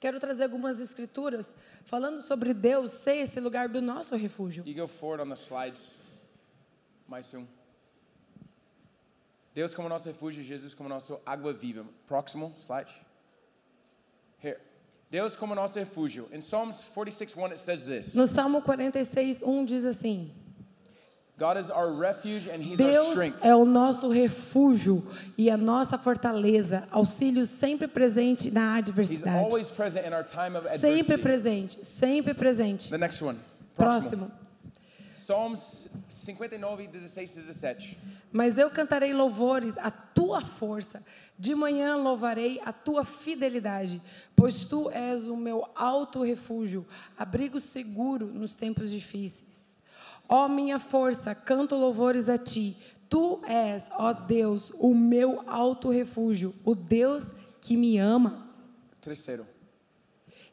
quero trazer algumas escrituras falando sobre Deus ser esse lugar do nosso refúgio. You go forward on the slides, mais um. Deus como nosso refúgio, Jesus como nosso água viva. Próximo slide. Here. Deus como nosso refúgio. In Psalms 46:1 it says this. No Salmo 46, 1 diz assim: God is our refuge and he's our Deus strength. é o nosso refúgio e a nossa fortaleza, auxílio sempre presente na He's adversidade. always present in our time of Sempre adversity. presente, sempre presente. The next one. Próximo. Psalms 59, 16 e 17. Mas eu cantarei louvores à tua força. De manhã louvarei a tua fidelidade, pois tu és o meu alto refúgio, abrigo seguro nos tempos difíceis. Ó minha força, canto louvores a ti. Tu és, ó Deus, o meu alto refúgio, o Deus que me ama. Terceiro.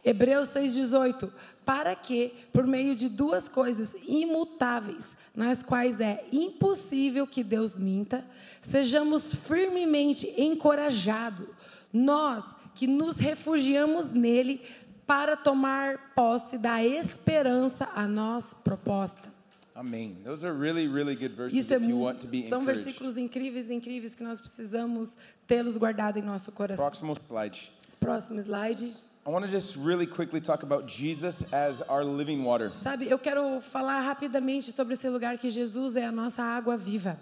Hebreus 6,18. Para que, por meio de duas coisas imutáveis, nas quais é impossível que Deus minta, sejamos firmemente encorajados, nós que nos refugiamos nele, para tomar posse da esperança a nós proposta. Amém. Those are really, really good verses Isso é, if you mu- want to be são encouraged. versículos incríveis, incríveis que nós precisamos tê-los guardado em nosso coração. Próximo slide. Próximo slide. I want to just really quickly talk about Jesus as our living water. Sabe, eu quero falar rapidamente sobre esse lugar que Jesus é a nossa água viva.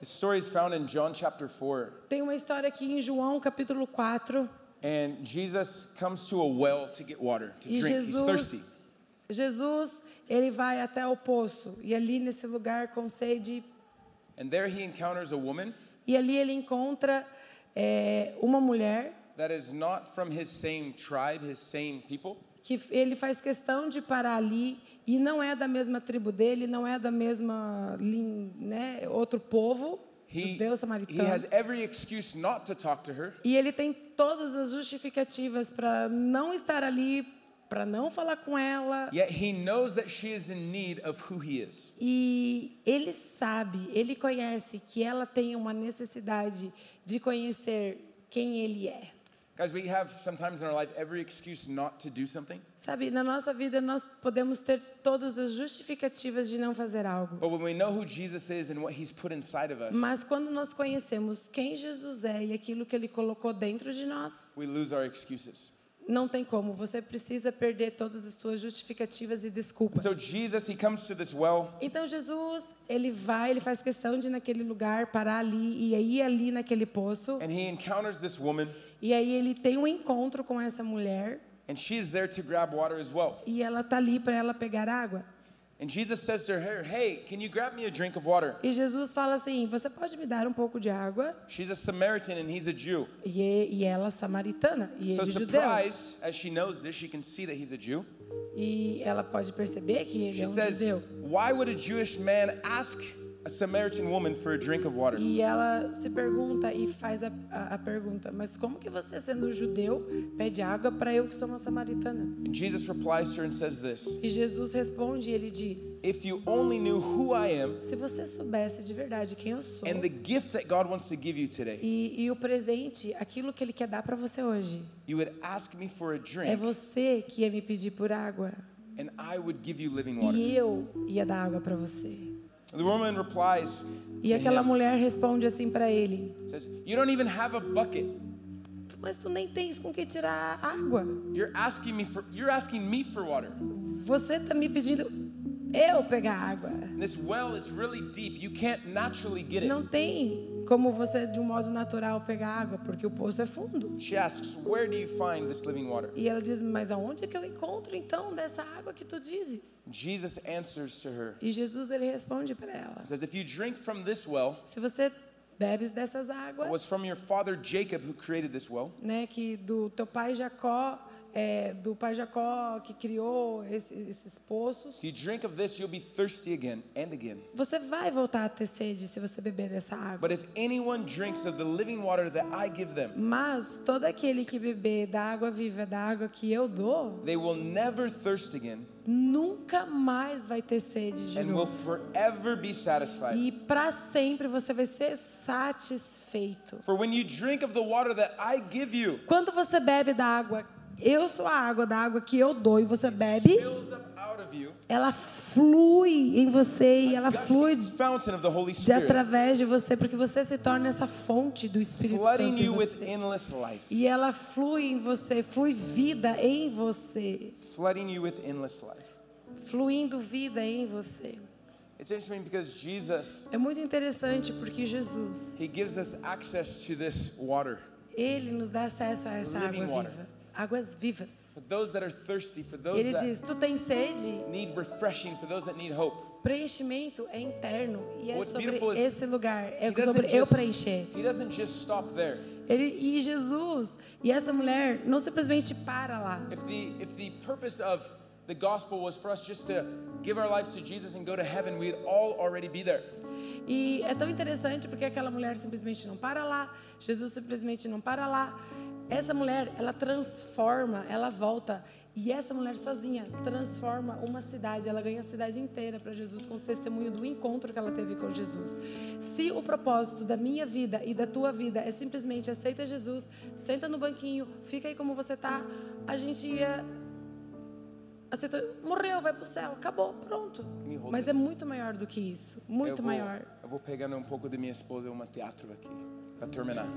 This story is found in John chapter 4. Tem uma história aqui em João, capítulo 4, And Jesus comes to a well to get water, to e drink. He's thirsty. Jesus Jesus, ele vai até o poço e ali nesse lugar com sede And there he encounters a woman E ali ele encontra é, uma mulher that is not from his same tribe, his same people. que f- ele faz questão de parar ali e não é da mesma tribo dele, não é da mesma, lin- né, outro povo, He, judeu, he has samaritano. every excuse not to talk to her. E ele tem todas as justificativas para não estar ali, para não falar com ela. Yet he knows that she is in need of who he is. E ele sabe, ele conhece que ela tem uma necessidade de conhecer quem ele é. Guys, we have sometimes in our life every excuse not to do something. Sabe, na nossa vida nós podemos ter todas as justificativas de não fazer algo. But when we know who Jesus is and what he's put inside of us, Mas quando nós conhecemos quem Jesus é e aquilo que ele colocou dentro de nós, we lose our excuses. não tem como. Você precisa perder todas as suas justificativas e desculpas. So Jesus, he comes to this well. Então Jesus, ele vai, ele faz questão de ir naquele lugar, parar ali e ir ali naquele poço. And he encounters this woman, E aí ele tem um encontro com essa mulher and she's there to grab water as well. e ela tá ali para ela pegar água. And Jesus says to her, Hey, can you grab me a drink of water? E Jesus fala assim: "Você pode me dar um pouco de água?" She's a Samaritan and he's a Jew. E, e ela samaritana e So ele judeu. surprised, as she knows this, she can see that he's a Jew. E ela pode perceber que ele She é um says, judeu. Why would a Jewish man ask a Samaritan woman for a drink of water? E ela se pergunta e faz a, a, a pergunta: Mas como que você, sendo judeu, pede água para eu que sou uma samaritana? And Jesus replies to her and says this E Jesus responde e ele diz: If you only knew who I am Se você soubesse de verdade quem eu sou and the gift that God wants to give you today, e, e o presente, aquilo que ele quer dar para você hoje, you would ask me for a é drink você que ia me pedir por água and I would give you living water. e eu ia dar água para você. The woman replies, E to aquela him, mulher responde assim para ele: says, You don't even have a bucket. Mas tu nem tens com que tirar água. You're asking me for you're asking me for water. Você tá me pedindo eu pegar água. And this well is really deep. You can't naturally get it. Não tem como você, de um modo natural, pegar água, porque o poço é fundo. She asks, Where do you find this living water? E ela diz: Mas aonde é que eu encontro então dessa água que tu dizes? Jesus answers to her. E Jesus ele responde para ela: He says, If you drink from this well, Se você bebes dessas that águas, was from your father Jacob who created this well, né, que do teu pai Jacó, é, do pai Jacó que criou esse, esses poços, if you drink of this, you'll be thirsty again and again. você vai voltar a ter sede se você beber dessa água. But if anyone drinks of the living water that I give them, Mas todo aquele que beber da água viva, da água que eu dou, they will never thirst again nunca mais vai ter sede de and novo. will forever be satisfied. E para sempre você vai ser satisfeito. For when you drink of the water that I give you, Quando você bebe da água, eu sou a água da água que eu dou e você bebe, spills up out of you ela flui em você e ela flui this de, fountain of the Holy de Spirit, através de você, porque você se torna essa fonte do Espírito flooding Santo em you with você. endless life, E ela flui em você, flui vida em você, flooding you with endless life. fluindo vida em você. It's interesting because Jesus, É muito interessante porque Jesus, he gives us access to this water. ele nos dá acesso a essa Living água water. viva, águas vivas. For those that are thirsty, for those Ele that diz: Tu tem sede? need refreshing, for those that need hope. Preenchimento é interno e é What's sobre beautiful is esse lugar, é He doesn't sobre eu just- preencher. He doesn't just stop there. Ele e Jesus e essa mulher não simplesmente para lá. If the if the purpose of the gospel was for us just to give our lives to Jesus and go to heaven, we'd all already be there. E é tão interessante porque aquela mulher simplesmente não para lá, Jesus simplesmente não para lá. Essa mulher, ela transforma, ela volta. E essa mulher sozinha transforma uma cidade, ela ganha a cidade inteira para Jesus com o testemunho do encontro que ela teve com Jesus. Se o propósito da minha vida e da tua vida é simplesmente aceita Jesus, senta no banquinho, fica aí como você tá, a gente ia aceitou, morreu, vai pro céu, acabou, pronto. Me hold Mas é this. muito maior do que isso, eu muito vou, maior. Eu vou pegando um pouco da minha esposa e uma teatro aqui para terminar.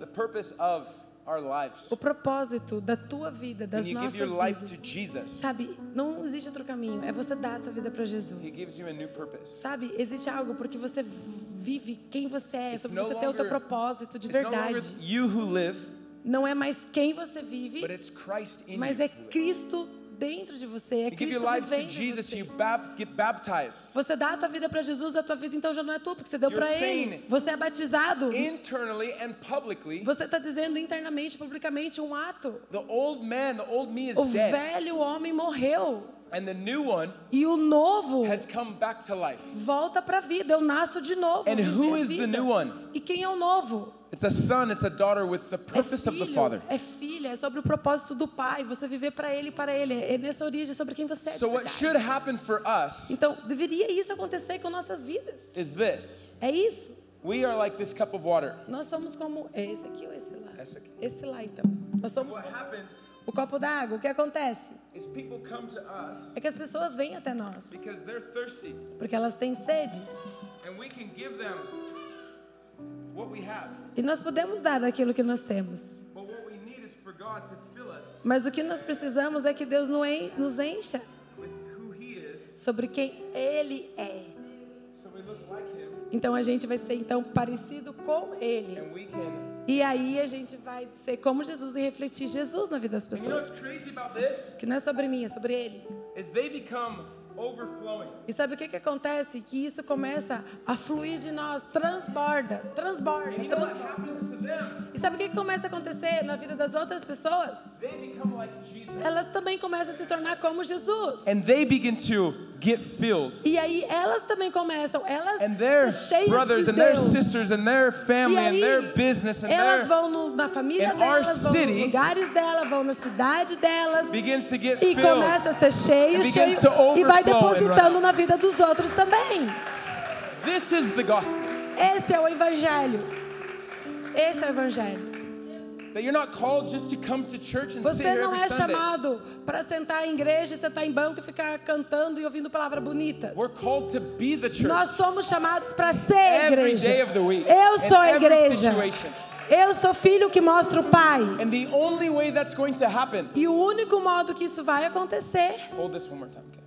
The purpose of our lives. O propósito da tua vida, das When you give your nossas life to vidas. Jesus, Sabe, não existe outro caminho, é você dar a tua vida para He Jesus. gives you a new purpose. Sabe, existe algo porque você vive quem você é, It's sobre no você ter o teu longer- propósito de It's no longer verdade. you who live, Não é mais quem você but vive, it's Christ in mas you. é Cristo dentro de você, é You give your Cristo life to vivendo Jesus, em you você. bab- get baptized. Você dá a tua vida para Jesus, a tua vida então já não é tua, porque você deu You're para saying Ele. Você é batizado. Internally and publicly, Você está dizendo internamente, publicamente, um ato. the old man, the old me is O dead, velho homem morreu and the new one e o novo has come back to life. volta para a vida. Eu nasço de novo. And vivo who a is the vida. new one? E quem é o novo? It's a son, it's a daughter with the É purpose of the filho, Father. é filha, é sobre o propósito do Pai. Você viver para Ele e para Ele. É nessa origem sobre quem você é. de So, what verdade. E should happen for us Então, deveria isso acontecer com nossas vidas. is this É isso. we are like this cup of water. Nós somos como. É esse aqui ou esse lá? Essa aqui. Esse lá, então. Nós somos What como happens o copo d'água. O que acontece? is people come to us É que as pessoas vêm até nós because they're thirsty, porque elas têm sede. and we can give them what we have. E nós podemos dar daquilo que nós temos. But what we need is for God to fill us Mas o que nós precisamos é que Deus no- nos encha with who He is sobre quem Ele é. so we look like Him Então a gente vai ser então parecido com Ele. and we can. E aí a gente vai ser como Jesus e refletir Jesus na vida das And you know what's pessoas. crazy about this? Que não é sobre mim, é sobre Ele. Is they become overflowing. E sabe o que, que acontece? Que isso começa a fluir de nós, transborda, transborda, And you know what transborda. happens to them? E sabe o que, que começa a acontecer na vida das outras pessoas? They become like Jesus. Elas também começam a se tornar como Jesus. And they begin to get filled. E aí elas também começam, elas And their são cheias brothers de and their Deus. sisters and their e family and aí, their business and elas their vão no- na família in our delas, vão nos city, lugares dela, vão na cidade delas. begins to get E filled. começa a ser cheio, It cheio, begins to e overflow and vai run depositando out. na vida dos outros também. This is the gospel. Esse é o evangelho. Esse é o evangelho. That you're not called just to come to church and sit Você here não every é Sunday. chamado para sentar em igreja, sentar em banco e ficar cantando e ouvindo palavras bonitas. We're called to be the church Nós somos chamados para ser a every igreja. day of the week. Eu in sou a every igreja. Situation. Eu sou filho que mostra o pai. And the only way that's going to happen. E o único modo que isso vai acontecer Hold this one more time, okay?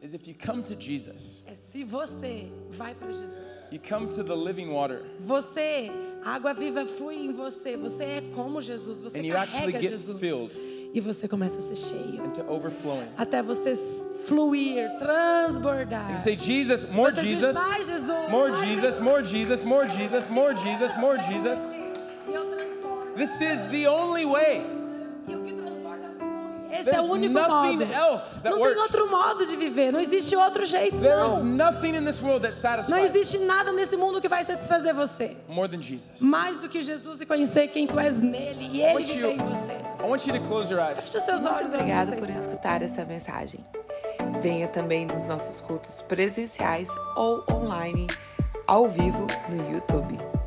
Is if you come to Jesus, é se você vai para Jesus. you come to the living water, Você, a água viva flui em você. Você é como Jesus. Você And you actually carrega get Jesus. filled. E você começa a ser cheio. into overflowing. Até você s- fluir, transbordar. You say, Jesus, more Você diz, Jesus, "Mais Jesus, more mais Jesus, Jesus." more Jesus, more Jesus, more Jesus, more Jesus. E eu transbordo. This is the only way. E o que transborda flui. Esse é o There's único nothing modo. else that Não works. tem outro modo de viver. Não existe outro jeito, There is não. nothing in this world that Não satisfies existe nada nesse mundo que vai satisfazer você. more than Jesus. Mais do que Jesus e conhecer quem tu és nele. E I ele want vive you, em você. I want you to close your eyes. Feche os seus olhos. Muito obrigado onde você por está. escutar essa mensagem. Venha também nos nossos cultos presenciais ou online, ao vivo no YouTube.